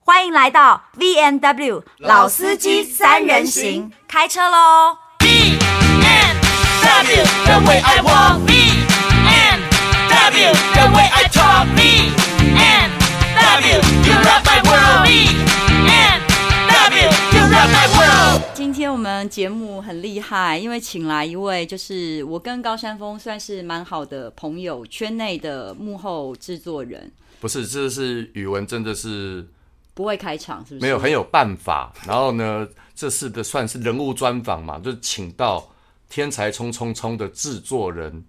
欢迎来到 V N W 老司机三人行，开车喽！ B and W, the way I walk. B and W, the way I talk. B and W, you rock my world. B and W, you rock my world. 今天我们节目很厉害，因为请来一位就是我跟高山峰算是蛮好的朋友，圈内的幕后制作人，不是，这是语文真的是不会开场是不是？没有很有办法。然后呢，这次的算是人物专访嘛，就请到《天才冲冲冲》的制作人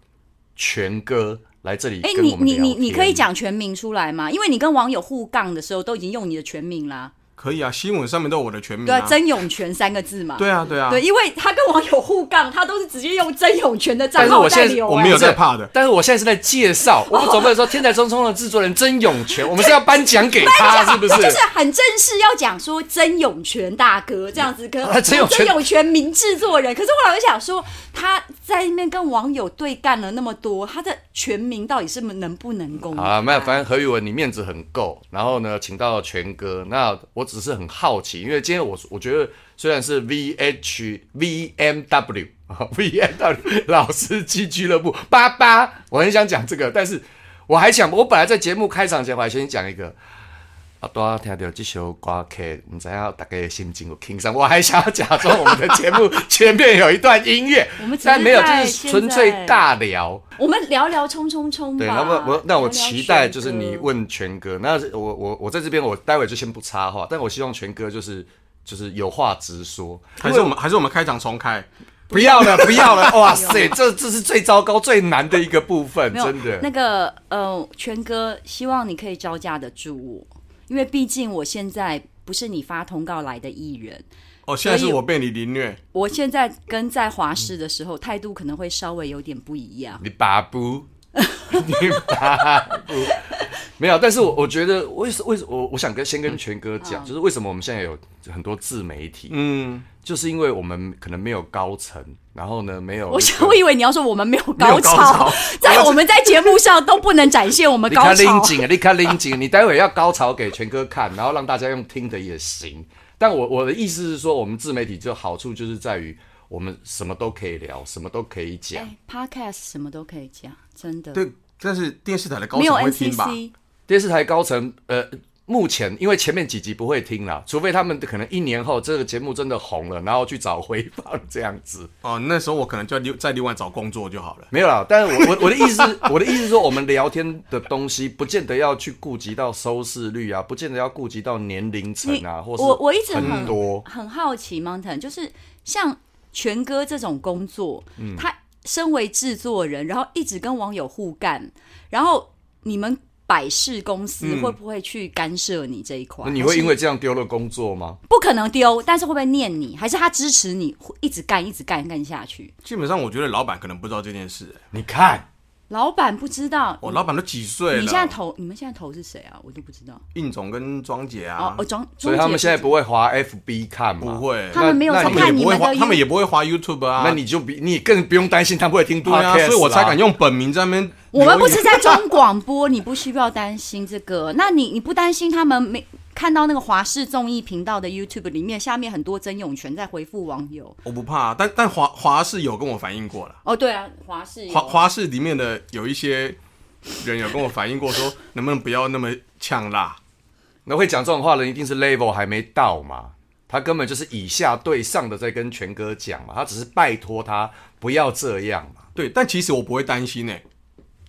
全哥来这里哎、跟你我们聊你天。你你可以讲全名出来吗？因为你跟网友互杠的时候都已经用你的全名啦，可以啊，新闻上面都有我的嗯全名、对啊。啊，曾永权三个字嘛。对啊，对啊，对，因为他跟网友互杠，他都是直接用曾永权的账但是号我在现在留、我哎没有在怕的。但是我现在是在介绍，我们总不能说《天才冲冲》的制作人曾永权，我们是要颁奖给哎他，是不是？就是很正式要讲说曾永权大哥这样子，跟啊曾永权权名制作人。可是我老是想说，他在那边跟网友对干了那么多，他的全名到底是能不能公开？啊，没有，反正何宇文你面子很够，然后呢，请到全哥。那我只是很好奇，因为今天我我觉得虽然是 V H V M W 啊 V M W 老司机俱乐部八八，我很想讲这个，但是我还想，我本来在节目开场前我还先讲一个。啊，大家听到这首歌曲，唔知道大家的心情有轻松。我还想要讲说，我们的节目前面有一段音乐 我们只，是但没有，就在是纯粹现在大聊。我们聊聊冲冲冲吧。对，那么我那聊我聊期待选就是歌你问全哥，那我我我在这边我待会就先不插话，但我希望全哥就是就是有话 直说，还是我们还是我们开场重开，不要了不要了，哇塞，这这是最糟糕最难的一个部分，没有真的那。个呃，权哥，希望你可以招架得住我，因为毕竟我现在不是你发通告来的艺人，哦，现在所以是我被你凌虐，我现在跟在华视的时候态度可能会稍微有点不一样。你拔不？ 你拔不？没有，但是我我觉得为什为什我我想跟先跟全哥嗯讲，就是为什么我们现在有很多自媒体，嗯，就是因为我们可能没有高层，然后呢没有那个，我想，我以为你要说我们没有没有高高潮潮，在我们在节目上都不能展现我们你高看潮拎。紧啊，你看拎紧，你待会要高潮给全哥看，然后让大家用听的也行。但我我的意思是说，我们自媒体就好处就是在于我们什么都可以聊，什么都可以讲。哎，Podcast 什么都可以讲，真的。对，但是电视台的高没有层会听吧？ NCC，电视台高层，呃，目前因为前面几集不会听啦，除非他们可能一年后这个节目真的红了，然后去找回放这样子。哦，那时候我可能就要另再另外找工作就好了。没有啦，但是我我我的意思是，我的意思是说，我们聊天的东西不见得要去顾及到收视率啊，不见得要顾及到年龄层啊，你或是我我一直很很多。很好奇 Mountain，就是像权哥这种工作，他身为制作人，然后一直跟网友互干，然后你们百事公司会不会去干涉你这一块？那你还会是因为这样丢了工作吗？不可能丢，但是会不会念你？还是他支持你一直干，一直干干下去？基本上我觉得老板可能不知道这件事、哎你看，老板不知道，我、老板都几岁嗯了？你现在投，你们现在投是谁啊？我都不知道。应总跟庄姐哦啊，哦，庄，所以他们现在不，不会滑 FB 看嘛？不。会，他们没有那在他看们也不你会们花，的他们 YouTube，也不会花 YouTube 啊。那你就比你更不用担心他们会听对 podcast，、啊，所以我才敢。用本名在那边。我们不是在中广播，你不需要担心这个。那你你不担心他们没看到那个华视综艺频道的 YouTube 里面下面很多曾永权在回复网友？ 我不怕，但但华华视有跟我反映过了。哦，对啊，华视有花花市里面的有一些人有跟我反映过说，能不能不要那么呛辣？那会讲这种话的人一定是 level 还没到嘛？他根本就是以下对上的在跟全哥讲嘛，他只是拜托他不要这样嘛。对，但其实我不会担心诶、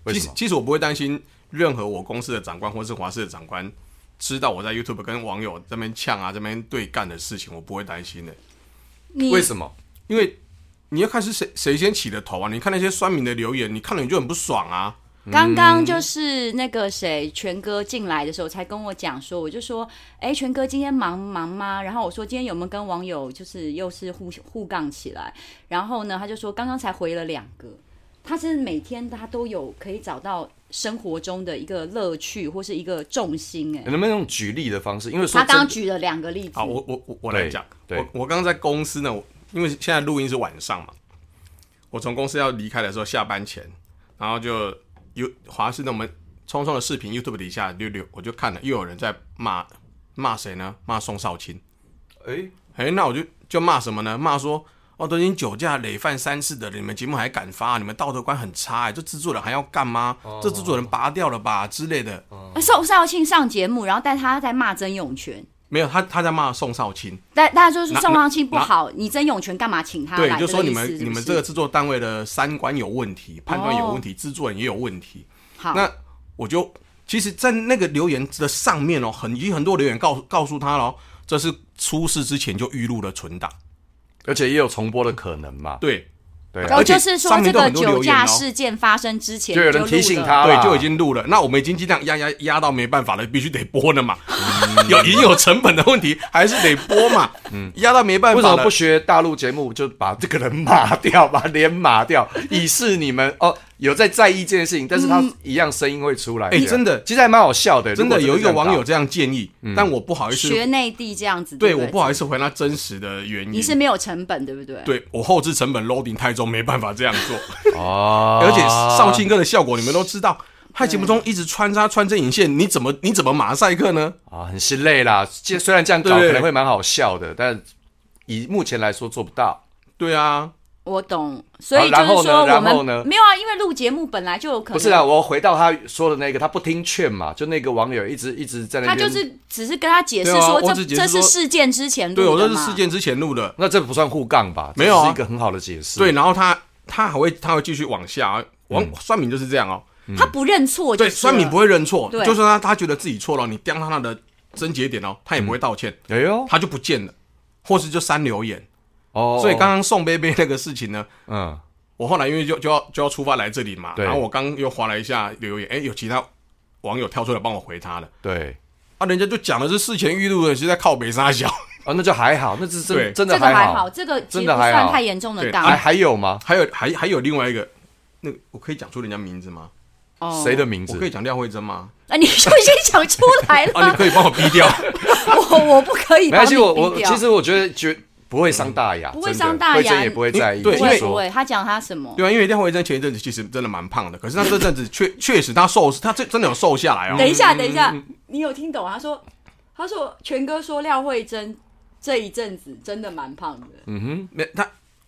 为其什实么？其实我不会担心任何我公司的长官或是华视的长官知道我在 YouTube 跟网友这边呛啊这边对干的事情，我不会担心的、欸你为什么？因为你要看是谁谁先起的头啊！你看那些酸民的留言，你看了你就很不爽啊！刚刚就是那个谁，权哥进来的时候才跟我讲说，我就说，哎，权哥今天忙忙吗？然后我说今天有没有跟网友就是又是互互杠起来？然后呢，他就说刚刚才回了两个，他是每天他都有可以找到生活中的一个乐趣或是一个重心，哎，能不能用举例的方式？因为他说真的刚刚举了两个例子好，，啊我我我我来对讲，对我我刚刚在公司呢，我因为现在录音是晚上嘛，我从公司要离开的时候，下班前，然后就有华视那我们匆匆的视频 YouTube 底下就留，我就看了，又有人在骂骂谁呢？骂宋少卿。哎，哎，那我就就骂什么呢？骂说哦，都已经酒驾累犯三次的了，你们节目还敢发？你们道德观很差哎！这制作人还要干嘛？这制作人拔掉了吧之类的。宋少庆上节目，然后但他在骂曾永权，没有，他他在骂宋少卿，但大家就说那宋少庆不好，你曾永权干嘛请他对来？，就说这个你意思们是不你们是哦这个制作单位的三观有问题，判断有问题，制作人也有问题。好，那我就其实，在那个留言的上面哦，很已经很多留言告告诉他喽，这是出事之前就预录的存档。而且也有重播的可能嘛。对对啊，哦，而且就是说上这面都个很多酒留言驾哦事件发生之前就有人录提醒了他好啦对，就已经录了。那我们已经尽量压压压到没办法了，必须得播了嘛。嗯 有已经有成本的问题，还是得播 嘛。嗯，压到没办为法什么了不。学大陆节目，就把这个人码掉，把脸 码掉，以示你们哦有在在意这件事情，但是他一样声音会出来。嗯哎真的其实还蛮好笑的。真的如果有一个这样搞嗯网友，这样建议，但我不好意思，学内地这样子，对不我不好意思回答真实的原因。你是没有成本，对不对？，对我后置成本 loading 太重，没办法这样 做。哦而且少庆哥的效果你们都知道，他节目中一直穿插穿针引线，你怎么你怎么马赛克呢？啊很心累啦。这虽然这样搞对对可能会蛮好笑的，但以目前来说做不到。对啊，我懂。所以就然后是呢说，我然后呢们没有啊，因为录节目本来就有可能，不是啊，我回到他说的那个，他不听劝嘛，就那个网友一直一直在那他边，就是只是跟他解释对啊说，我这只解这释是说事件之前对录我的这是嘛事件之前录的，那这不算互杠吧？没有啊这是一嗯个很好的解释。对，然后他他还会他会继续往下，啊往酸民就是这样哦，他不认错就对，是了，酸民不会认错，对就算他他觉得自己错了，你刁他他的症结点哦，他也不会道歉，哎呦，他就不见了，或是就删留言。哦，所以刚刚宋贝贝那个事情呢，嗯，我后来因为就就要就要出发来这里嘛，对然后我刚又划了一下留言，哎，有其他网友跳出来帮我回他了。对。啊，人家就讲的是事前预录的，是在靠北沙小。哦，那就还好，那是真对真这的个还好好，，这个其真实的不还算好太严重的对哎杠还。还有吗？ 还有还还有另外一个，那个我可以讲出人家名字吗？哦谁的？名我字可？以讲廖慧珍吗？啊，你就已经讲出来 啊，了你，可以帮我逼掉。我我不可以把没关你系，逼我我掉其实我觉得绝不会伤大雅，不会真的伤大雅慧珍也不会在意。你嗯对不因为会说不会，他讲他什么？ 对啊，因为廖慧珍前一阵子其实真的蛮胖的，可是她这阵子确确实她瘦，她这真的有瘦下来等哦。一下，等一下，你有听懂啊？他说，他说全哥说廖慧珍这一阵子真的蛮胖的，嗯没她，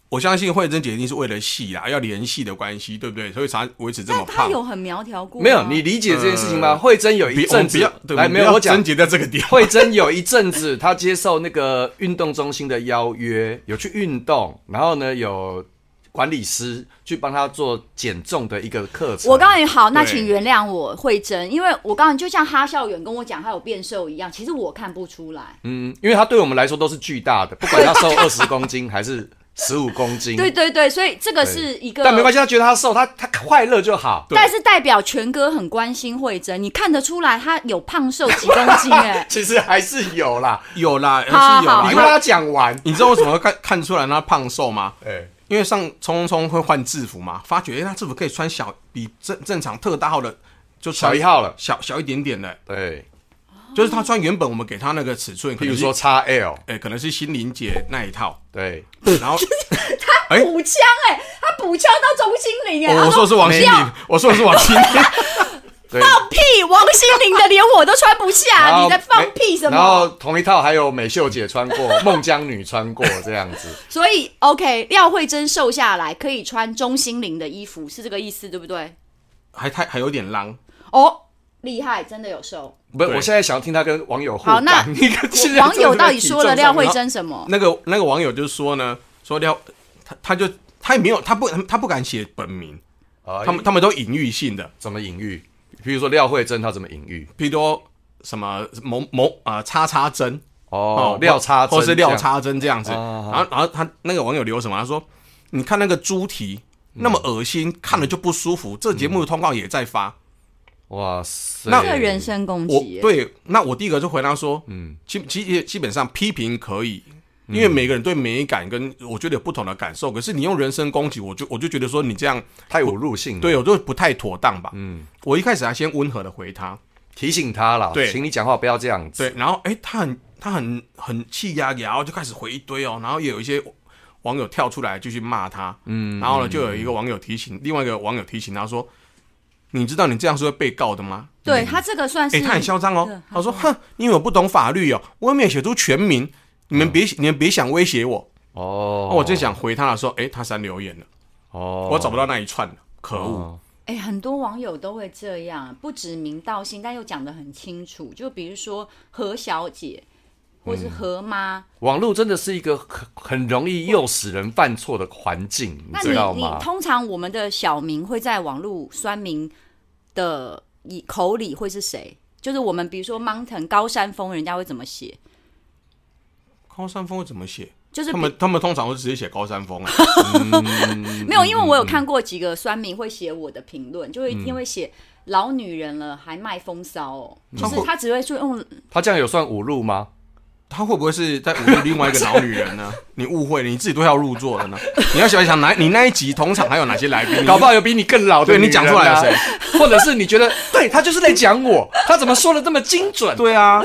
我相信慧珍姐一定是为了戏啦，要联系的关系，对不对？所以才维持这么但他胖。有很苗条过吗，没有，你理解这件事情吗？呃慧珍有别一我们阵不子要，对，来们没不有要我讲贞。洁在这个地方。慧珍有一阵子，她接受那个运动中心的邀约，有去运动，然后呢，有管理师去帮她做减重的一个课程。我告诉你，好，那对请原谅我慧珍，因为我告诉你，就像哈校园跟我讲他有变瘦一样，其实我看不出来。嗯，因为她对我们来说都是巨大的，不管她瘦二十公斤还是十五公斤，对对对，所以这个对是一个，但没关系，她觉得她瘦，她她快乐就好。对但是代表全哥很关心慧珍，你看得出来他有胖瘦几公斤 哎、其实还是有啦，有啦，还好是有啦。你因跟为她讲完。你知道为什么会看看出来她胖瘦吗？哎，因为上冲冲冲会换制服嘛，发觉哎、诶他制服可以穿小，比正正常特大号的就穿小一号了。小小一点点的，对，就是他穿原本我们给他那个尺寸，可譬能如是说，叉 L，哎、可能是心灵姐那一 套，对，然后哎补枪哎，他补枪到钟心凌啊哎、哦我他我说的是王心不要凌，我说的是王心凌，放屁，王心凌的连我都穿不 然下，后你在放屁什然后么？同一套还有美秀姐穿 过，孟姜女穿过这样子，所以 OK，廖慧珍瘦下来可以穿钟心凌的衣服，是这个意思对不对？还太还有点浪，哦，厉害，真的有瘦。不是，对我现在想要听她跟网友互好，那杠你看现在网友真的到在底体说了重廖上慧面珍什么？那个那个网友就说呢，说廖他他就他也没有他不他不敢写本名，哎他们他们都隐喻性的，怎么隐喻？譬如说廖慧珍她怎么隐喻？譬如说什么某某啊、叉叉针。哦，廖叉或是廖廖叉针这样子。哦然后，然后他那个网友留什么？他说：“你看那个猪蹄那么恶心，看了就不舒服。这节目的通告也在发。哇塞，那这人身攻我击，，对，那我第一个就回答说，嗯，基基基基本上批评可以。”因为每个人对美感跟我觉得有不同的感受，可是你用人身攻击，我就我就觉得说你这样太侮辱性了，对我就不太妥当吧。嗯，我一开始还先温和的回他，提醒她啦，对请你讲话不要这样子。对，然后哎、诶他很他很很气压然后就开始回一堆哦，然后也有一些网友嗯跳出来就去骂他，嗯，然后呢，就有一个网友提醒，另外一个网友提醒他说，你知道你这样是会被告的吗？对他这个算哎、是嗯他很嚣张对哦，他说：“哼，因为我不懂法律哦，我又没有写出全名，你们别、你们别想威胁我。哦哦”我正想回他的时候，哎、他删留言了，哦我找不到那一串了，可恶！哦哎、很多网友都会这样，不指名道姓，但又讲得很清楚。就比如说何小姐，或是何妈，网络真的是一个很很容易诱使人犯错的环境，那知你道你吗？通常我们的小名会在网络酸民的以口里会是谁？就是我们比如说 mountain 高山峰，人家会怎么写？高山峰会怎么写？就是他比们他们通常会直接写高山峰啊，没嗯有，因为我有看过几个酸民会写我的评论，就一定会写老女人了还卖风骚哦，嗯就是他只会说用 他这样有算侮辱吗？他会不会是在侮辱另外一个老女人 呢？你误会了，你自己都要入座了呢。你要想一想，哪你那一集同场还有哪些来宾？搞不好有比你更老的对女你人啊、讲出 来了谁？或者是你觉得对他就是在讲我，他怎么说的这么精准？对啊，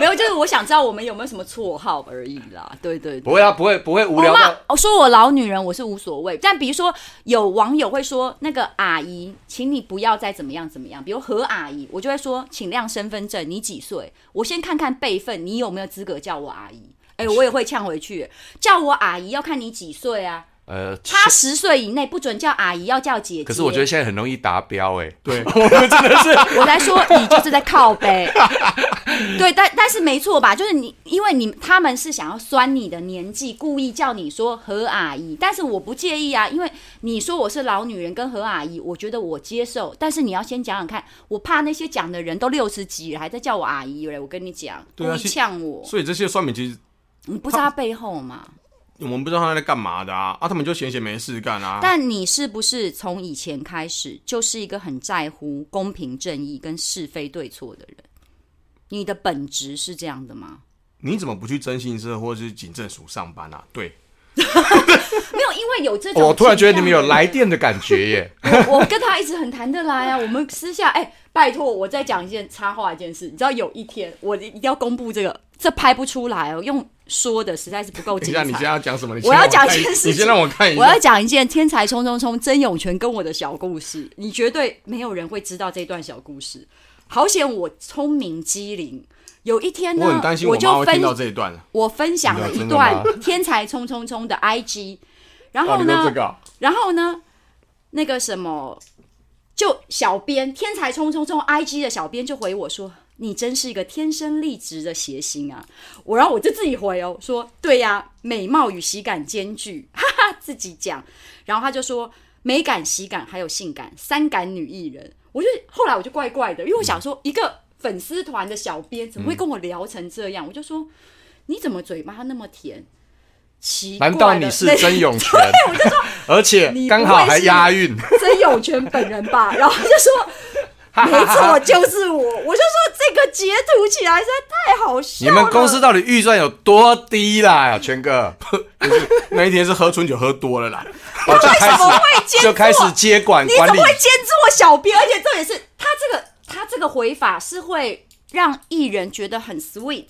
没有，就是我想知道我们有没有什么绰号而已啦。对对对，不会啊，不会不会无聊我骂到哦，说我老女人我是无所谓，但比如说有网友会说那个阿姨，请你不要再怎么样怎么样，比如何阿姨，我就会说请亮身份证，你几岁？我先看看辈分，你有没有资格叫我阿姨？哎、我也会呛回去，叫我阿姨要看你几岁啊，呃。她十岁以内不准叫阿姨，要叫姐姐。可是我觉得现在很容易达标哎、对，我在说你就是在靠背，对，但但是没错吧？就是你，因为你他们是想要酸你的年纪，故意叫你说何阿姨，但是我不介意啊，因为你说我是老女人跟何阿姨，我觉得我接受，但是你要先讲讲看，我怕那些讲的人都六十几了，还在叫我阿姨嘞，我跟你讲，故对啊意其呛我，所以这些酸民其实你不知道他背后嘛？我们不知道他在干嘛的啊，啊，他们就闲闲没事干啊。 但你是不是从以前开始就是一个很在乎公平正义跟是非对错的人？你的本质是这样的吗？你怎么不去征信社或者是警政署上班啊？对，没有，因为有这种。哦哦我突然觉得你们有来。 电的感觉耶，我我跟他一直很谈得来啊，我们私下哎、拜托，我再讲一件插话一件事。你知道有一天我一定要公布这个，这拍不出来哦，用说的实在是不够等精一下彩。你现在要讲什么？你 我先要让讲一看件事情，你先让我看一下。我要讲一件《天才冲冲冲》曾永权跟我的小故事，你绝对没有人会知道这段小故事。好险我聪明机灵，有一天呢，我很担心我妈就会分听到这哦一段。我分享了你有一真的吗段《天才冲冲冲》的 IG，然哦，后你呢，说这个啊，然后呢，那个什么，就小编《天才冲冲冲》IG 的小编就回我说：“你真是一个天生丽质的谐星啊！”我然后我就自己回哦，说：“对呀、美貌与喜感兼具， 哈哈，自己讲。”然后他就说：“美感、喜感还有性感，三感女艺人。”我就后来我就怪怪的，因为我想说，一个粉丝团的小编怎么会跟我聊成这样？我就说：“你怎么嘴巴那么甜？”奇怪难了，道你是那曾永 权？ 而且你不刚好会还是押韵， 曾有权本人 吧，然后他就说。没错，就是我。我就说这个截图起来实在太好笑你了。们公司到底预算有多低啦，全哥？那一天是喝春酒喝多了啦。我就开么会始监就开始接管你怎管理么会监制我小编？而且重点是他这个他这个回法是会让艺人觉得很 sweet，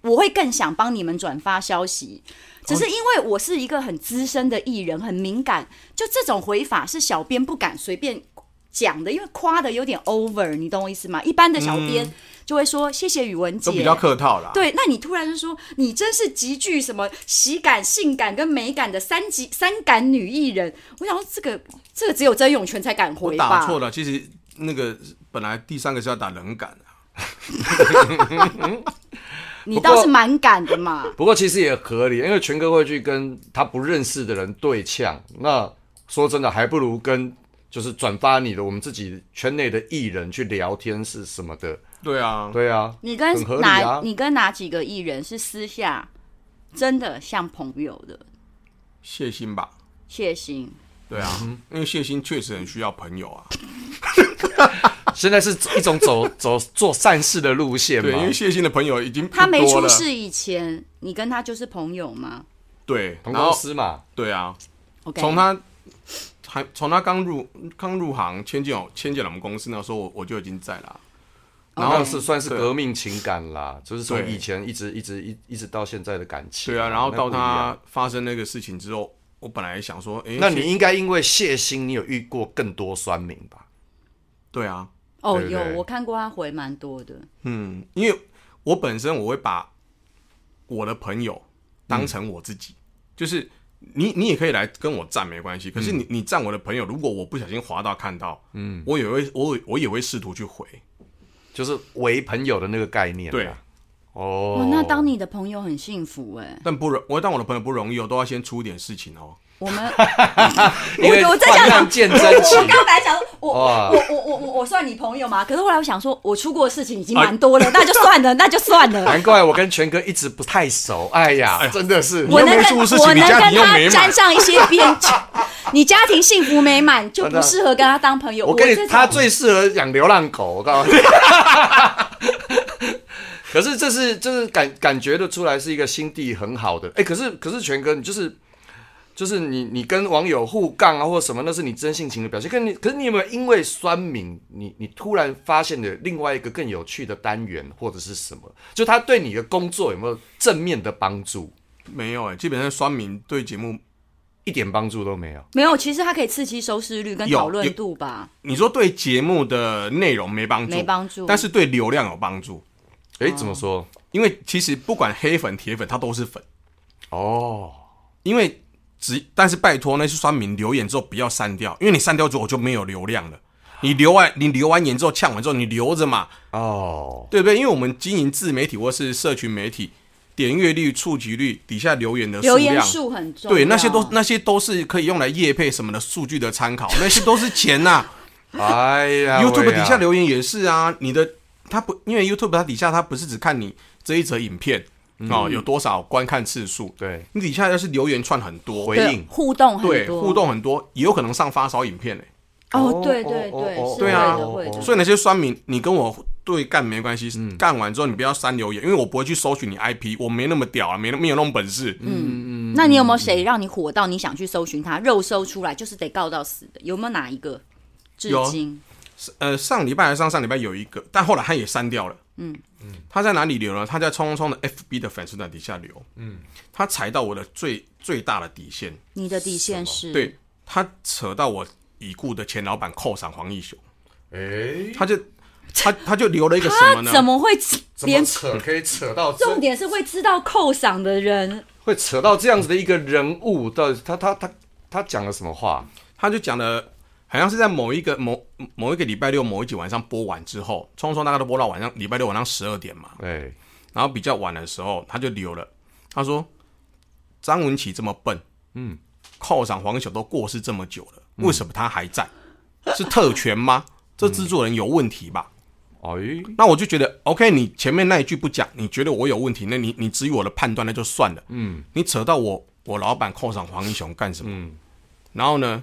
我会更想帮你们转发消息。只是因为我是一个很资深的艺人，很敏感，就这种回法是小编不敢随便讲的，因为夸的有点 over，你懂我意思吗？一般的小编就会说谢谢宇文姐，都比较客套啦。，对，那你突然就说你真是极具什么喜感、性感跟美感的三级三感女艺人，我想说这个这个只有曾永权才敢我回吧？打错了，其实那个本来第三个是要打冷感的。你不倒过。是蛮敢的嘛不过其实也合理，因为全哥会去跟他不认识的人对呛，那说真的，还不如跟就是转发你的我们自己圈内的艺人去聊天是什么的。对啊，对啊，嗯你跟很合理哪、啊你跟哪几个艺人是私下真的像朋友的？谢欣吧。谢欣，对嗯啊，因为谢欣确实很需要朋友啊。现在是一种走走做善事的路线对，因嘛为。谢欣的朋友已经不他没多出了。事以前，你跟他就是朋友吗对，同然公后司嘛，对啊， ？OK，从他还从他刚入刚入行签进我签进了我们公司那时候，我我就已经在了啊。然后那是算是对革命情感啦，就是从对以前一直一直一一直到现在的感情。对啊，然后那到不一样他发生那个事情之后，我本来想说，哎，那你应该因为谢欣，你有遇过更多酸民吧？对啊，哦，对对有对我看过他回蛮多的，嗯，因为我本身我会把我的朋友当成我自己，就是你你也可以来跟我站没关嗯系，可是你、你站我的朋友，如果我不小心滑到看到，嗯，我也会我我也会试图去回，就是为朋友的那个概念、对，哦哦，，那当你的朋友很幸福哎、但不容我但我的朋友不容易哦，都要先出一点事情哦。我 们因为我我在患想难见真情我刚本来想说，我哇我我我我我算你朋友嘛？可是后来我想说，我出过的事情已啊经蛮多了，那就算了，那就算了。难哎怪我跟全哥一直不太熟。哎呀，真的是我能你又没跟出事情我你能家跟庭又他美满沾上一些边，你家庭幸福美满就不适合跟他当朋友。我跟这你，种他最适合养流浪狗，我告诉你。 可是这是就是感感觉得出来是一个心地很好的，哎、可是可是全哥，你就是就是你你跟网友互杠啊或什么，那是你真性情的表现。可是你可是你有没有因为酸民，你你突然发现了另外一个更有趣的单元或者是什么？就他对你的工作有没有正面的帮助？没有哎、基本上酸民对节目，一点帮助都没有。没有，其实他可以刺激收视率跟有讨论度吧。你说对节目的内容没帮助，没帮助但是对流量有帮助，哎、怎么说？因为其实不管黑粉铁粉，他都是粉，哦，因为只但是拜托那些酸民留言之后不要删掉，因为你删掉之后我就没有流量了。你留完你留完言之后呛完之后你留着嘛，哦，对不对？因为我们经营自媒体或是社群媒体，点阅率、触及率、底下留言的留言量。数很重要，对，那些都那些都是可以用来业配什么的数据的 参考，那些都是钱呐、 哎呀 YouTube 喂呀底下留言也是啊，你的他不因为 YouTube 它底下它不是只看你这一则影片、哦有多少观看次数，对你底下要是留言串很多，回对应。互动很对多，互动很多，也有可能上发烧影片呢、哦，对对哦对，哦哦是对啊会的，会的。所以那些酸民，你跟我对干没关系，嗯干完之后你不要删留言，因为我不会去搜寻你 IP，我没那么屌啊，没那没有那种本事。嗯嗯那你有没有谁让你火到你想去搜寻他，肉搜出来就是得告到死的？有没有哪一个？至有今呃，上礼拜还是上上礼拜有一个，但后来他也删掉了。嗯他在哪里留呢？他在冲冲冲的 FB 的粉丝团底下留。嗯，他踩到我的最最大的底线，你的底线是啊对他扯到我已故的前老板扣赏黄义雄，哎、他就 他他就留了一个什么他呢？啊怎么会连扯可以扯到这重点是会知道扣赏的人，会扯到这样子的一个人物到底他他他他讲了什么话？他就讲了，好像是在某一个某某一个礼拜六某一集晚上播完之后，冲冲大概都播到晚上礼拜六晚上十二点嘛，哎，然后比较晚的时候他就留了，他说张文琪这么笨，嗯，扣上黄晓都过世这么久了，为什么他还在？是特权吗？这制作人有问题吧？哎，那我就觉得，OK，你前面那一句不讲，你觉得我有问题，那你你至于我的判断那就算了。嗯，你扯到我我老板扣上黄英雄干什么？然后呢，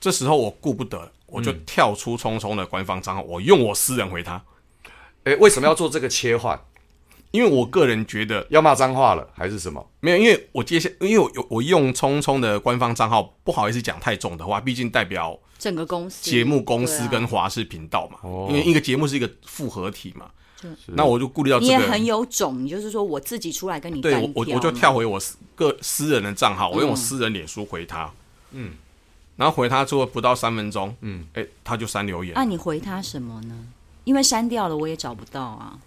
这时候我顾不得了，我就跳出匆匆的官方账号，我用我私人回他，哎，为什么要做这个切换？ 因为我个人觉得要骂脏话了还是 什么？没有，因为我接下，因为我有我用匆匆的官方账号，不好意思讲太重的话，毕竟代表整个公司节目公司对啊跟华视频道嘛，哦因为一个节目是一个复合体嘛，那我就顾虑到这你也个，很有种，你就是说我自己出来跟你对单我我挑嗯我就嘛跳回我私个私人的账号，我用我私人脸书回他，嗯，然后回他之后不到三分钟，嗯，哎，他就删留言，啊那、你回他什么呢？因为删掉了，我也找不到啊。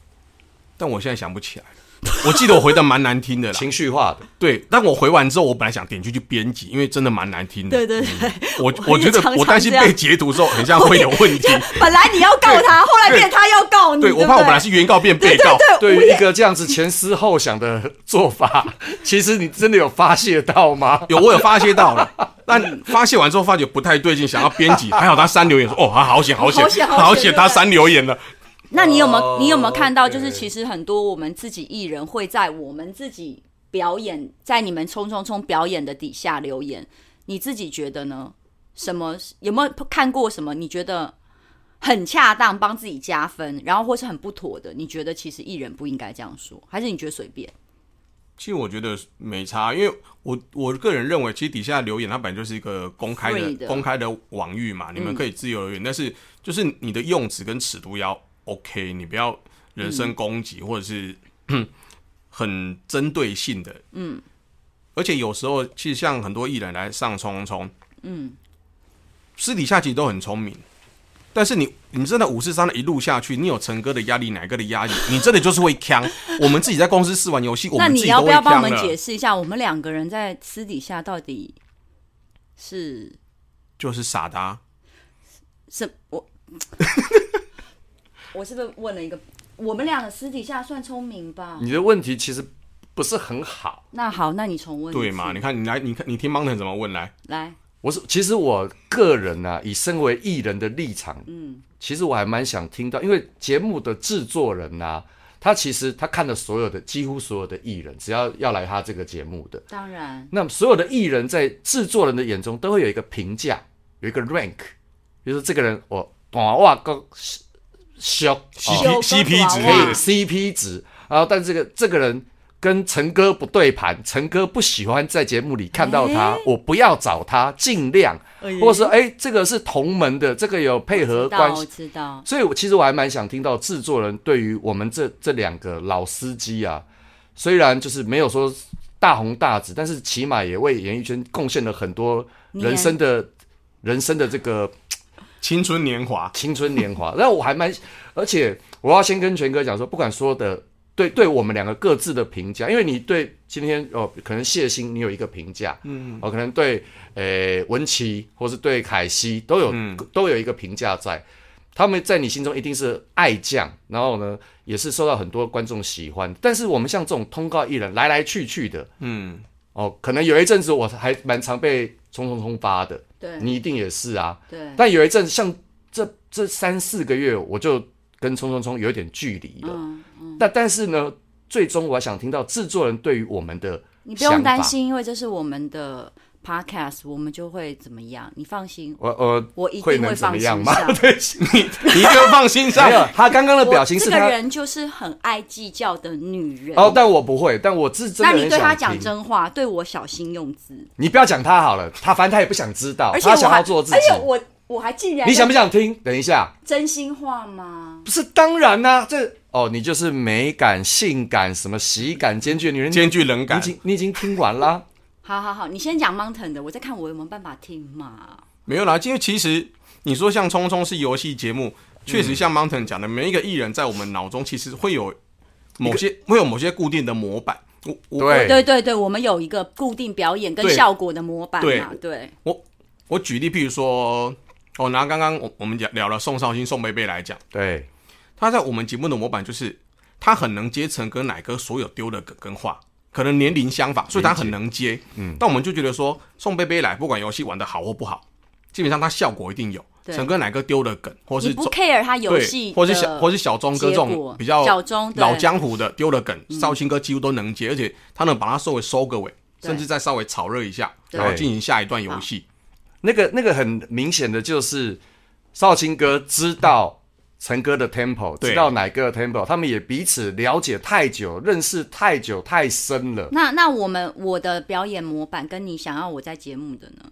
但我现在想不起来了，我记得我回的蛮难听的啦，情绪化的，对，但我回完之后，我本来想点进去编辑，因为真的蛮难听的，对对对，我我我也觉得常我常担心这样被截图之后，很像会有问题。 本来你要告他，后来变他要告你，对，不我怕我本来是原告变被告，对于一个这样子前思后想的做法， 其实你真的有发泄到吗？有我有发泄到了，但发泄完之后发觉不太对劲，想要 编辑，还好他删留言说，哦，啊好险好险好险好险对他删留言了，那你有没哦有你有没有看到？就是对其实很多我们自己艺人会在我们自己表演，在你们冲冲冲表演的底下留言，你自己觉得呢？什么有没有看过什么？你觉得很恰当，帮自己加分，然后或是很不妥的？你觉得其实艺人不应该这样说，还是你觉得随便？其实我觉得没差，因为我我个人认为，其实底下留言它本来就是一个公开 Free 的的嗯公开的网域嘛，你们可以自由留言，但是就是你的用词跟尺度要 OK，你不要 人身攻击、或者是很针对性的，嗯，而且有时候其实像很多艺人来上冲冲，嗯，私底下其实都很聪明，但是你你真的五四三的一路下去，你有陈哥的压力，奶哥的压力，你真的就是会呛。我们自己在公司试完游戏，我那们自你己要都不会啊要帮呛我们解了，释一下，我们两个人在私底下到底是就是傻的、啊。什我？我是不是问了一个？我们两个私底下算聪明吧？ 你的问题其实不是很好。那好，那你重问一次。对嘛？你看，你来，你看，你听 Mountain 怎么问来？来，我是其实我个人呢、啊，以身为艺人的立场，嗯，其实我还蛮想听到，因为节目的制作人呐、他其实他看了所有的几乎所有的艺人，只要要来他这个节目的，当然，那么所有的艺人在制作人的眼中都会有一个评价，有一个 rank，比如说这个人我短袜高小嬉哦皮有嬉皮跟娃子可以娃 CP 值，然后但这个这个人跟陈哥不对盘，陈哥不喜欢在节目里看到他，我不要找他，尽量，或者说哎，这个是同门的，这个有配合知道关我系，知道，所以我其实我还蛮想听到制作人对于我们这这两个老司机啊，虽然就是没有说大红大紫，但是起码也为演艺圈贡献了很多人生的人生的这个青春年 华，青春年华。那我还蛮，而且我要先跟全哥讲说，不管说的对对我们两个各自的评价，因为你对今天哦，可能谢欣你有一个评价，嗯，哦，可能对呃文琪或是对凯西都有、都有一个评价在。他们在你心中一定是爱将，然后呢，也是受到很多观众喜欢。但是我们像这种通告艺人来来去去的，嗯，哦，可能有一阵子我还蛮常被冲冲冲发的，对你一定也是啊，对，但有一阵像这这三四个月，我就跟冲冲冲有一点距离了。嗯，那但是呢，最终我还想听到制作人对于我们的你不用想法担。心，因为这是我们的 podcast，我们就会怎么样？你放心，我呃，我一定会能会怎放么心样上。吗？你就放心上没。有，他刚刚的我 表情是这个他人就是很爱计较的女人。哦，但我不会，但我是真那的你很对他想讲听，真话，对我小心用字，你不要讲他好了，他反正他也不想知道，而且哦他我想还，要做自己而。且我我还竟然你想不想听？等一下，真心话吗？不是当然啦、这哦，你就是美感、性感、什么喜感兼具的女人，兼具冷你已感，经你已经听完啦。好好好，你先讲 Mountain 的，我再看我有没有办法听嘛。没有啦，因为其实你说像《冲冲》是游戏节目，确实像 Mountain 讲的，每一个艺人在我们脑中其实会有某些会有某些固定的模板。我我对对对对，我们有一个固定表演跟对效果的模板嘛，对对，我举例，譬如说，我拿刚刚我我们讲聊了宋少卿、宋贝贝来讲，对，他在我们节目的模板就是他很能接陈跟奶哥所有丢的梗跟话，可能年龄相仿，所以他很能接。嗯，但我们就觉得说，宋贝贝来不管游戏玩的好或不好，基本上他效果一定有。对陈跟奶哥丢的梗，或是你不中 care 他游对，戏的，或是小或是小钟哥这结种果比较小嗯钟对老江湖的丢了梗，绍兴哥几乎都能接，而且他能把它稍微收个尾，对甚至再稍微炒热一下，对然后进行下一段游戏。那个那个很明显的就是少卿哥知道陈哥的 tempo，对知道奶哥的 tempo，他们也彼此了解太久，认识太久太深了。那那我们我的表演模板跟你想要我在节目的呢？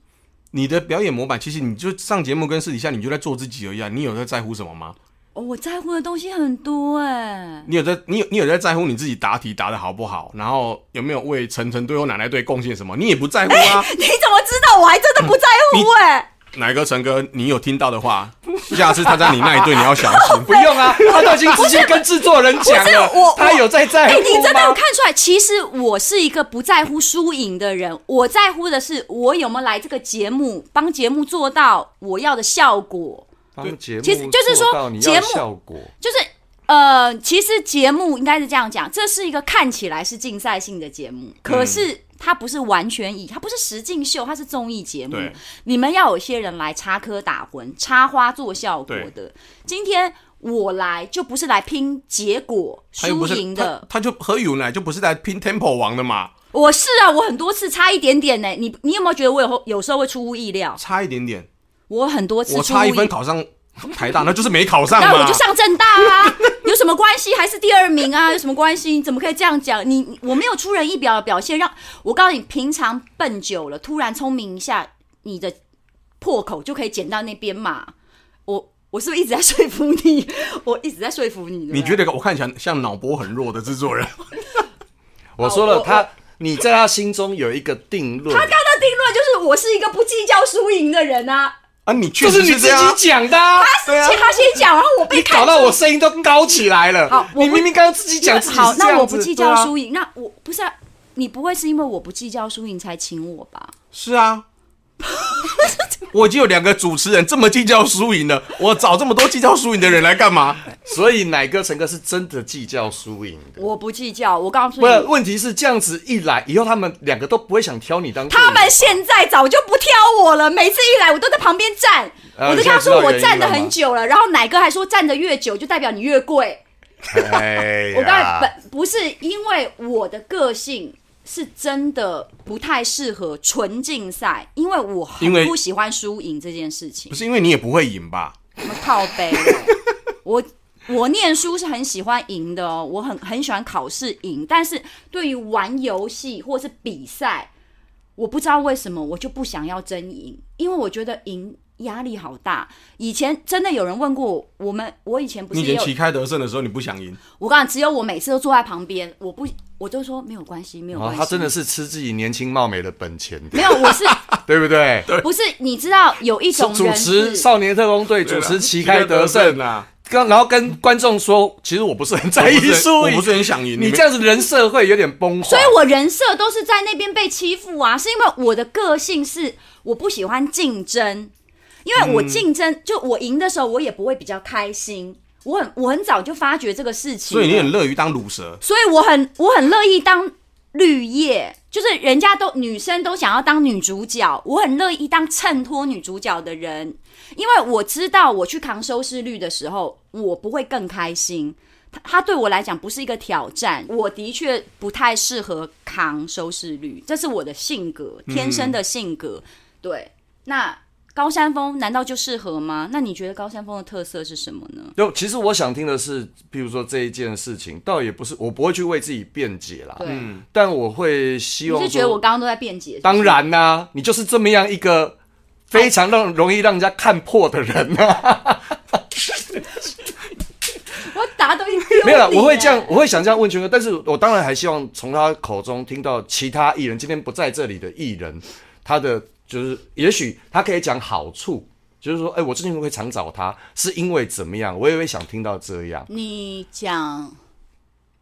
你的表演模板，其实你就上节目跟私底下你就在做自己而已啊！你有在在乎什么吗？哦，我在乎的东西很多哎、你有在你有你有在在乎你自己答题答的好不好？然后有没有为晨晨队或奶奶队贡献什么？你也不在乎 啊！你怎么知道？我还真的不在乎哎、奶哥、陈哥，你有听到的话，下次他在你那一队你要小心。不用 啊，他都已经直接跟制作人讲不是了我我，他有在在哎、乎你真的有吗？看出来？其实我是一个不在乎输赢的人，我在乎的是我有没有来这个节目，帮节目做到我要的效果。帮节目其实就是说做到你要节的目效果，就是呃，其实节目应该是这样讲，这是一个看起来是竞赛性的节嗯目，可是它不是完全以它不是实境秀，它是综艺节目对。你们要有一些人来插科打诨、插花做效果的。今天我来就不是来拼结果他又不输是赢他的，他就何宇文来就不是来拼 tempo 王的嘛，我是啊，我很多次差一点点呢、你你有没有觉得我有有时候会出乎意料？差一点点，我很多次我出乎差一意分考上台大，那就是没考上那嘛。我就上正大啊， 有什么关系？还是第二名啊，有什么关系？你怎么可以这样讲？你你我没有出人意表的表现，让我告诉你，平常笨久了，突然聪明一下，你的破口就可以捡到那边嘛。我我是不是一直在说服你？我一直在说服你。对不对你觉得我看起来像脑波很弱的制作人？我说了，我他你在他心中有一个定论，他刚刚的定论就是我是一个不计较输赢的人啊，啊，你确这实是你是自这样己啊。讲的、啊，对啊而且，他先讲，然后我被你看搞到我声音都高起来了好。我你不明明刚刚自己讲自己好是，这那我样不子，计对较啊输赢，那我不是啊、你不会是因为我不计较输赢才请我吧？是啊，我已经有两个主持人这么计较输赢了，我找这么多计较输赢的人来干嘛？所以奶哥、陈哥是真的计较输赢的。我不计较，我告诉不是，你，问题是这样子一来，以后他们两个都不会想挑你当队友他们现在早就不挑我了，每次一来我都在旁边站，啊我都你跟他现在知说道我原因站的了吗很久了，然后奶哥还说站的越久就代表你越贵。哎 呀我刚才本不是因为我的个性是真的不太适合纯竞赛，因为我很因为不喜欢输赢这件事情不。是因为你也不会赢吧？什么靠背哦？我我念书是很喜欢赢的哦，我很很喜欢考试赢，但是对于玩游戏或是比赛，我不知道为什么我就不想要真赢，因为我觉得赢。压力好大。以前真的有人问过我，我们我以前不是你以也前有旗开得胜的时候，你不想赢，我告诉你，只有我每次都坐在旁边，我不，我就说没有关系，没有关哦系。他真的是吃自己年轻貌美的本钱的，没有，我是对不 对？不是？你知道有一种主人持《是少年特工队》，啊主持旗开得胜啊啦！刚然后跟观众说，其实我不是很在意我不是输赢，啊我不是很想赢你你们这样子啊人设会有点崩坏。所以我人设都是在那边被欺负啊，是因为我的个性是我不喜欢竞争，因为我竞争、嗯就我赢的时候，我也不会比较开心。我很我很早就发觉这个事情所了，以你很乐于当乳蛇，所以我很我很乐意当绿叶，就是人家都女生都想要当女主角，我很乐意当衬托女主角的人，因为我知道我去扛收视率的时候，我不会更开心。它它对我来讲不是一个挑战，我的确不太适合扛收视率，这是我的性格，天生的性格。对，那高山峰难道就适合吗？那你觉得高山峰的特色是什么呢？就其实我想听的是，譬如说这一件事情，倒也不是我不会去为自己辩解啦，对，但我会嗯希你望是觉得说我刚刚都在辩解？是不是当然啦、你就是这么样一个非常让容易让人家看破的人啊。我打都一丢没有啦，脸我会这样，我会想这样问权哥，但是我当然还希望从他口中听到其他艺人今天不在这里的艺人，他的就是也许他可以讲好处，就是说，哎、我最近会常找他，是因为怎么样？我也会想听到这样。你讲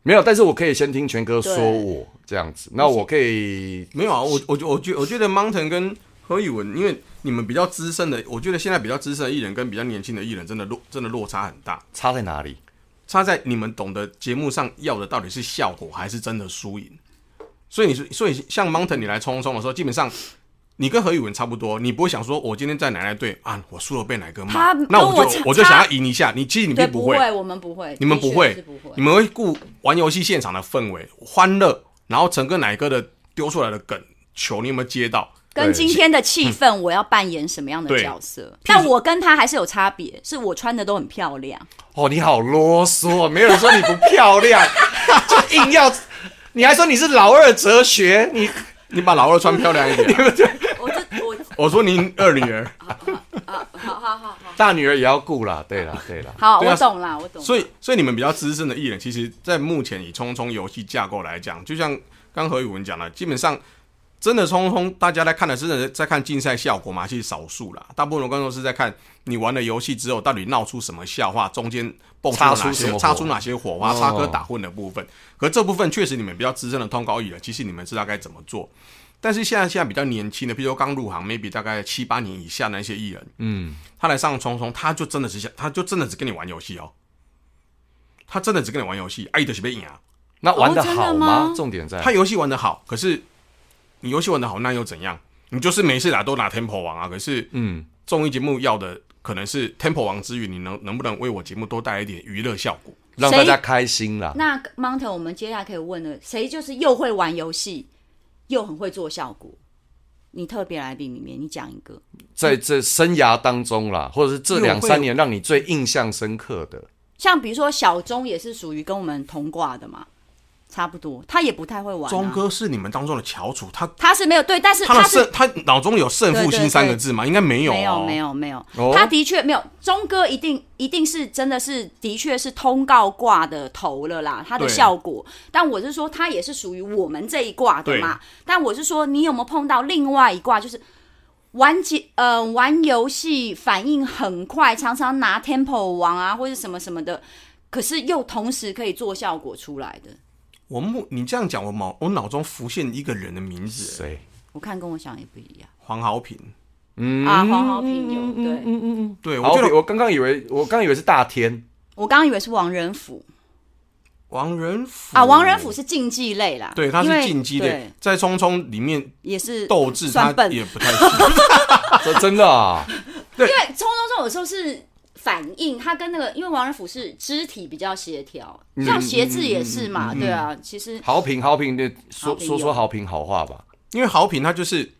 没有，但是我可以先听权哥说对我这样子，那我可以没有啊？我我我觉我觉得 Mountain 跟何以文，因为你们比较资深的，我觉得现在比较资深的艺人跟比较年轻的艺人，真的落真的落差很大，差在哪里？差在你们懂得节目上要的到底是效果还是真的输赢。所以你说，所以像 Mountain 你来冲冲的时候，基本上你跟何宇文差不多，你不会想说我今天在哪哪队啊，我输了被哪个骂他跟，那我我就差我就想要赢一下。你其实你对并不不会，会，我们不会，你们的确不会是不，你会。们会顾玩游戏现场的氛围、欢乐，然后整个奶哥的丢出来的梗球，你有没有接到？跟今天的气氛，我要扮演什么样的对角色？但我跟他还是有差别，是我穿的都很漂 亮。哦，你好啰嗦哦，没有人说你不 漂亮，就硬要，你还说你是老二哲学，你你把老二穿漂亮一点啊、我这我我说你二女儿，好好好好大女儿也要顾啦，对啦，对啦。好，对啊我懂啦，我懂啦。所以所以你们比较资深的艺人，其实在目前以冲冲游戏架构来讲，就像刚何宇文讲了，基本上真的冲冲，大家在看的真的在看竞赛效果嘛，其实少数啦，大部分的观众是在看你玩了游戏之后到底闹出什么笑话，中间蹦出了擦哪出什么些火擦出哪些火花，哦插科打诨的部分。可这部分确实你们比较资深的通告艺人，其实你们知道该怎么做。但是现在现在比较年轻的，譬如说刚入行，maybe 大概七八年以下的一些艺人，嗯，他来上冲冲，他就真的只想，他就真的只跟你玩游戏哦，他真的只跟你玩游戏，哎、啊，就是被赢啊。那玩的哦真的好吗重点在他游戏玩的好，可是你游戏玩的好，那又怎样？你就是每次打都拿 Temple 王啊，可是嗯，综艺节目要的可能是 Temple 王之余，你能能不能为我节目多带来一点娱乐效果？让大家开心啦。那 Mountain，我们接下来可以问的，谁就是又会玩游戏，又很会做效果？你特别来宾里面，你讲一个。在这生涯当中啦，或者是这两三年让你最印象深刻的，像比如说小钟也是属于跟我们同挂的嘛，差不多，他也不太会玩、啊。钟哥是你们当中的翘楚，他他是没有对，但是他的他胜是他脑中有胜负对对心对三个字吗？应该没有、哦，没有没有没有哦，他的确没有。钟哥一定一定是真的是的确是通告挂的头了啦，他的对效果。但我是说，他也是属于我们这一挂的嘛。但我是说，你有没有碰到另外一挂，就是玩几呃玩游戏反应很快，常常拿 Temple 王啊或者什么什么的，可是又同时可以做效果出来的。我目你这样讲，我脑我脑中浮现一个人的名字，谁？我看跟我想也不一样、黄好平。啊。黄豪平有对，嗯对，我我觉得我刚刚以为我刚以为是大天，我刚刚以为是王仁甫。王仁甫啊，嗯王仁甫是竞技类啦，对，他因是为进击的对，在《匆匆》里面也是斗志他算笨。因也为不太行。这真的啊， 《冲冲冲》有时候是反应，他跟那个，因为王仁甫是肢体比较协调，嗯像鞋子也是嘛，对啊，其实好评好评的说好评说有说好评好话吧。因为好品他就是，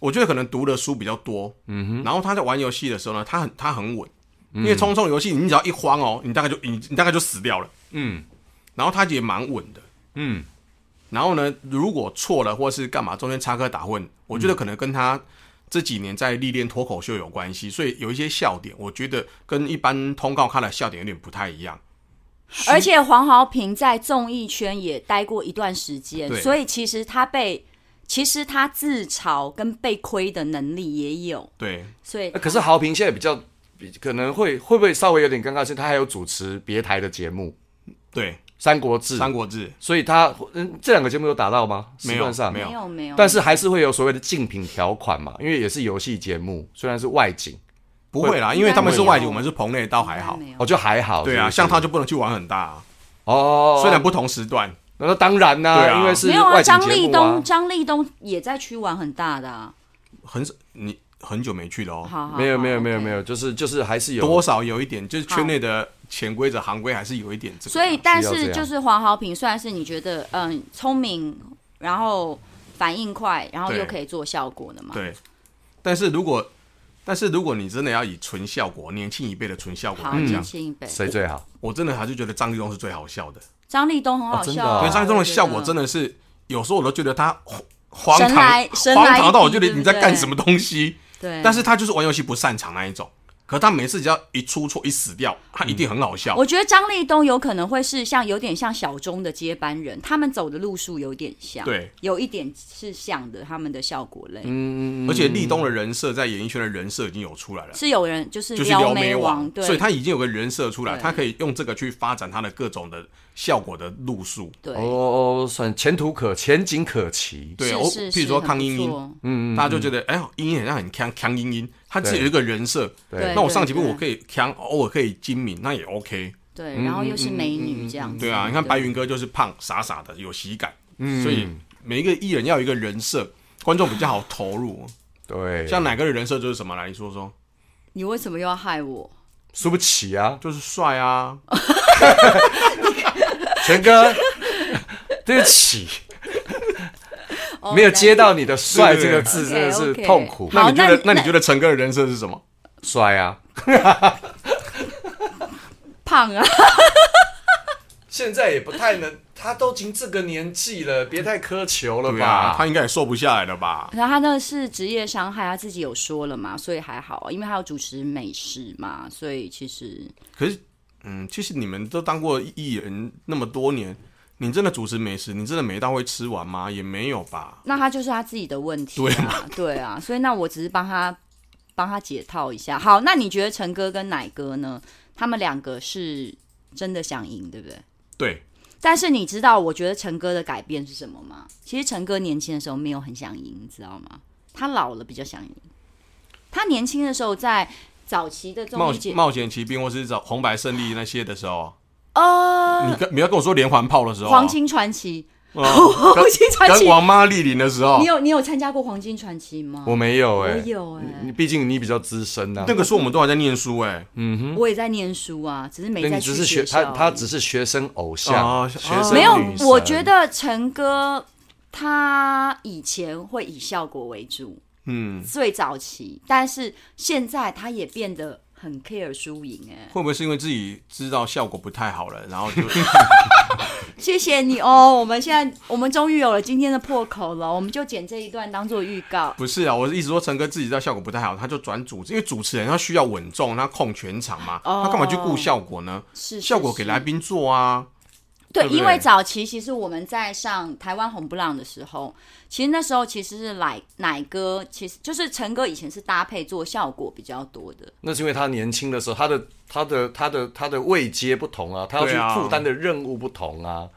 我觉得可能读的书比较多，嗯哼，然后他在玩游戏的时候呢，他很他很稳，因为冲冲游戏你只要一慌哦，你大概就你你大概就死掉了，嗯然后他也蛮稳的，嗯，然后呢，如果错了或是干嘛，中间插科打诨，我觉得可能跟他这几年在历练脱口秀有关系，所以有一些笑点，我觉得跟一般通告咖的笑点有点不太一样。而且黄豪平在综艺圈也待过一段时间对，所以其实他被，其实他自嘲跟被亏的能力也有，对，所以呃可是好评现在比较比可能会会不会稍微有点尴尬，是他还有主持别台的节目对， 《三国志《三》，国志所以他嗯这两个节目有达到吗？没有时段上没没有没有，但是还是会有所谓的竞品条款嘛，因为也是游戏节目，虽然是外景，》不会啦，会因为他们是应该外景，没有我们是棚内，倒还好没。有我、哦、就还好。对是啊，不是像他就不能去玩很大、啊，哦，虽然不同时段，那那当然啦、对啊因为是没有啊，外景张节立目啊东，张立东也在区玩很大的啊，很少你很久没去了哦，好好，没有没有好没有啊 OK 没有，就是就是还是有多少有一点，就是圈内的潜规则、行规还是有一点啊这个。所以，但需要这是样就是黄豪平，虽然是你觉得嗯聪明，然后反应快，然后对又可以做效果的嘛？对，但是如果但是如果你真的要以纯效果，年轻一辈的纯效果好，嗯来年讲，轻一辈，谁最好？我真的还是觉得张立东是最好笑的，张立东很好哦真的笑哦啊，因为张立东的效果真的是有时候我都觉得他荒荒唐神来神荒来唐一到我笔觉得对不你在干对什么东西，对，但是他就是玩游戏不擅长那一种。可他每次只要一出错一死掉，他一定很好笑。我觉得张立东有可能会是像有点像小钟的接班人，他们走的路数有点像，对，嗯有一点是像的，他们的效果类、嗯而且立冬的人设在演艺圈的人设已经有出来了，是有人就是就是撩妹妹王，对，所以他已经有个人设出来，对他可以用这个去发展他的各种的效果的路数。对、哦哦，算前途可前景可期。对，是我是譬如是说很康不英英，错嗯，大家就觉得哎呦，英英好像很强，强英英，她自己有一个人设。对那我对上节目对我可以强，偶尔可以精明，那也 OK。对，然后嗯又是美女这样子，对啊，你看白云哥就是胖，傻傻的，有喜感，所以每一个艺人要有一个人设，观众比较好投入。对，像哪个人设就是什么来，你说说，你为什么又要害我？输不起啊，就是帅啊，哦 全哥，对不起，哦没有接到你的“帅”对这对个对字，真的是 OK，OK 痛苦。那好你觉得那那你你觉得陈哥的人设是什么？帅啊！胖啊，现在也不太能，他都已经这个年纪了，别太苛求了对啊，他应该也瘦不下来了吧？然后他那是职业伤害，他自己有说了嘛，所以还好，因为他有主持美食嘛，所以其实可是，嗯，其实你们都当过艺人那么多年，你真的主持美食，你真的每一道会吃完吗？也没有吧。那他就是他自己的问题啊，对啊，所以那我只是帮他帮他解套一下。好，那你觉得陈哥跟奶哥呢？他们两个是真的想赢，对不对？对，但是你知道，我觉得陈哥的改变是什么吗？其实陈哥年轻的时候没有很想赢，你知道吗？他老了比较想赢。他年轻的时候在早期的冒综艺节冒险骑兵或是找红白胜利那些的时候，呃你跟你要跟我说连环炮的时候，黄金传奇，哦 黄金传跟奇跟，王妈莅临的时候你，有你有参加过黄金传奇吗？我没有我哎，有哎、你毕竟你比较资深啊呐那。个时候我们都还在念书哎、我也在念书啊，只是没嗯那在你去只是学校他，他只是学生偶哦像，学哦生没有女。神我觉得陈哥他以前会以效果为主，嗯，最早期，但是现在他也变得很 care 输赢哎。会不会是因为自己知道效果不太好了，然后就。谢谢你哦，我们现在我们终于有了今天的破口了，我们就剪这一段当做预告不是啊？我是一直说陈哥自己知道效果不太好，他就转主持，因为主持人他需要稳重，他控全场嘛，哦他干嘛去顾效果呢？是是效果给来宾做啊。对，对不对因为早期其实我们在上台湾红不浪的时候，其实那时候其实是奶奶哥，其实就是陈哥以前是搭配做效果比较多的。那是因为他年轻的时候，他的他的他的他的位阶不同啊，他要去对啊负担的任务不同啊。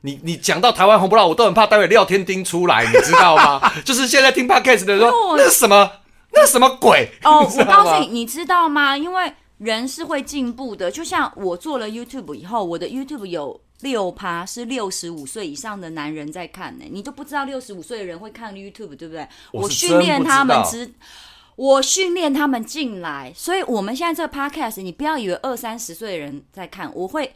你你讲到台湾红不让，我都很怕待会廖天丁出来，你知道吗？ 就是现在听 podcast 的人说，那是什么？那是什么鬼？哦， 你知我道告诉你，吗，你知道吗？因为人是会进步的，就像我做了 YouTube 以后，我的 YouTube 有六趴是六十五岁以上的男人在看呢、你都不知道六十五岁的人会看 YouTube，对不对？我我是训练真不他们知知。我训练他们进来，所以我们现在这个 podcast，你不要以为二三十岁的人在看，我会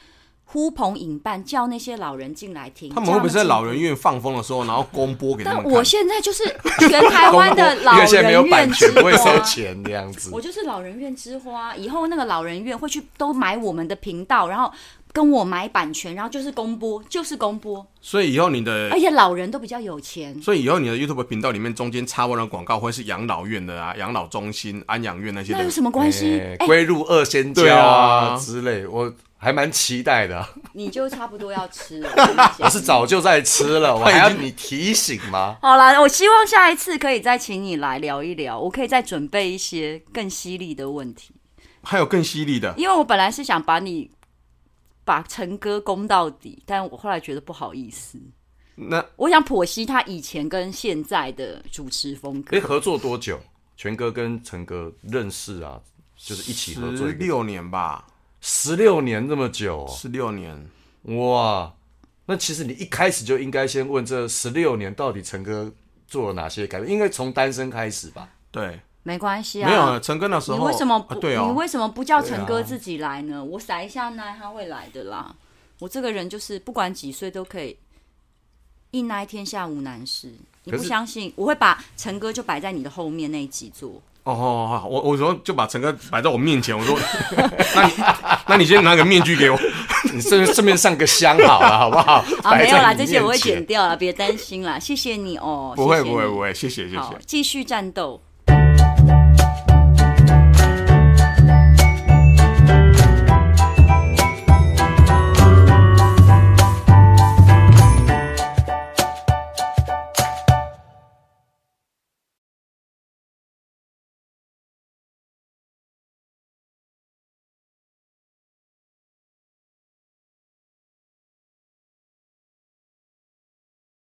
呼朋引伴，叫那些老人进来听。他们会不会是在这样老子人院放风的时候，然后公播给他但们看？哎我现在就是全台湾的老因为现在没有人版院啊权之，不会收光钱这样子我。就是老人院之花，以后那个老人院会去都买我们的频道，然后跟我买版权，然后就是公播，就是公播，所以以后你的而且老人都比较有钱。所以以后你的 YouTube 频道里面中间插播的广告会是养老院的啊、养老中心、安养院那些那有的。什么关系？哎哎、归入二仙对教啊啊之类，我还蛮期待的啊。你就差不多要吃了。我跟你我讲 是早就在吃 了，我还要你提醒吗？好啦，我希望下一次可以再请你来聊一聊，我可以再准备一些更犀利的问题，还有更犀利的，因为我本来是想把你把陈哥攻到底，但我后来觉得不好意思，那我想剖析他以前跟现在的主持风格哎，。合作多久？全哥跟陈哥认识啊，就是一起合作十一个六年吧，十六年这么久、哦，十六年。哇！那其实你一开始就应该先问这十六年到底陈哥做了哪些改变，应该从单身开始吧？对，没关系啊，没有啊陈哥那时候，你为什么啊不？对哦你，为什么不叫陈哥自己来呢？我撒一下奶，他会来的啦。我这个人就是不管几岁都可以一奶天下无难事。你可不是相信，我会把陈哥就摆在你的后面那一集做。哦哦，哦我我说就把陈哥摆在我面前，我说， 那你 那你先拿个面具给我。你顺顺便上个香好了，好不好？ 啊，没有啦，摆在这你些我会面前剪掉啦，别担心啦，谢谢你哦。不会谢谢不你会不会，谢谢谢好谢，。继续战斗。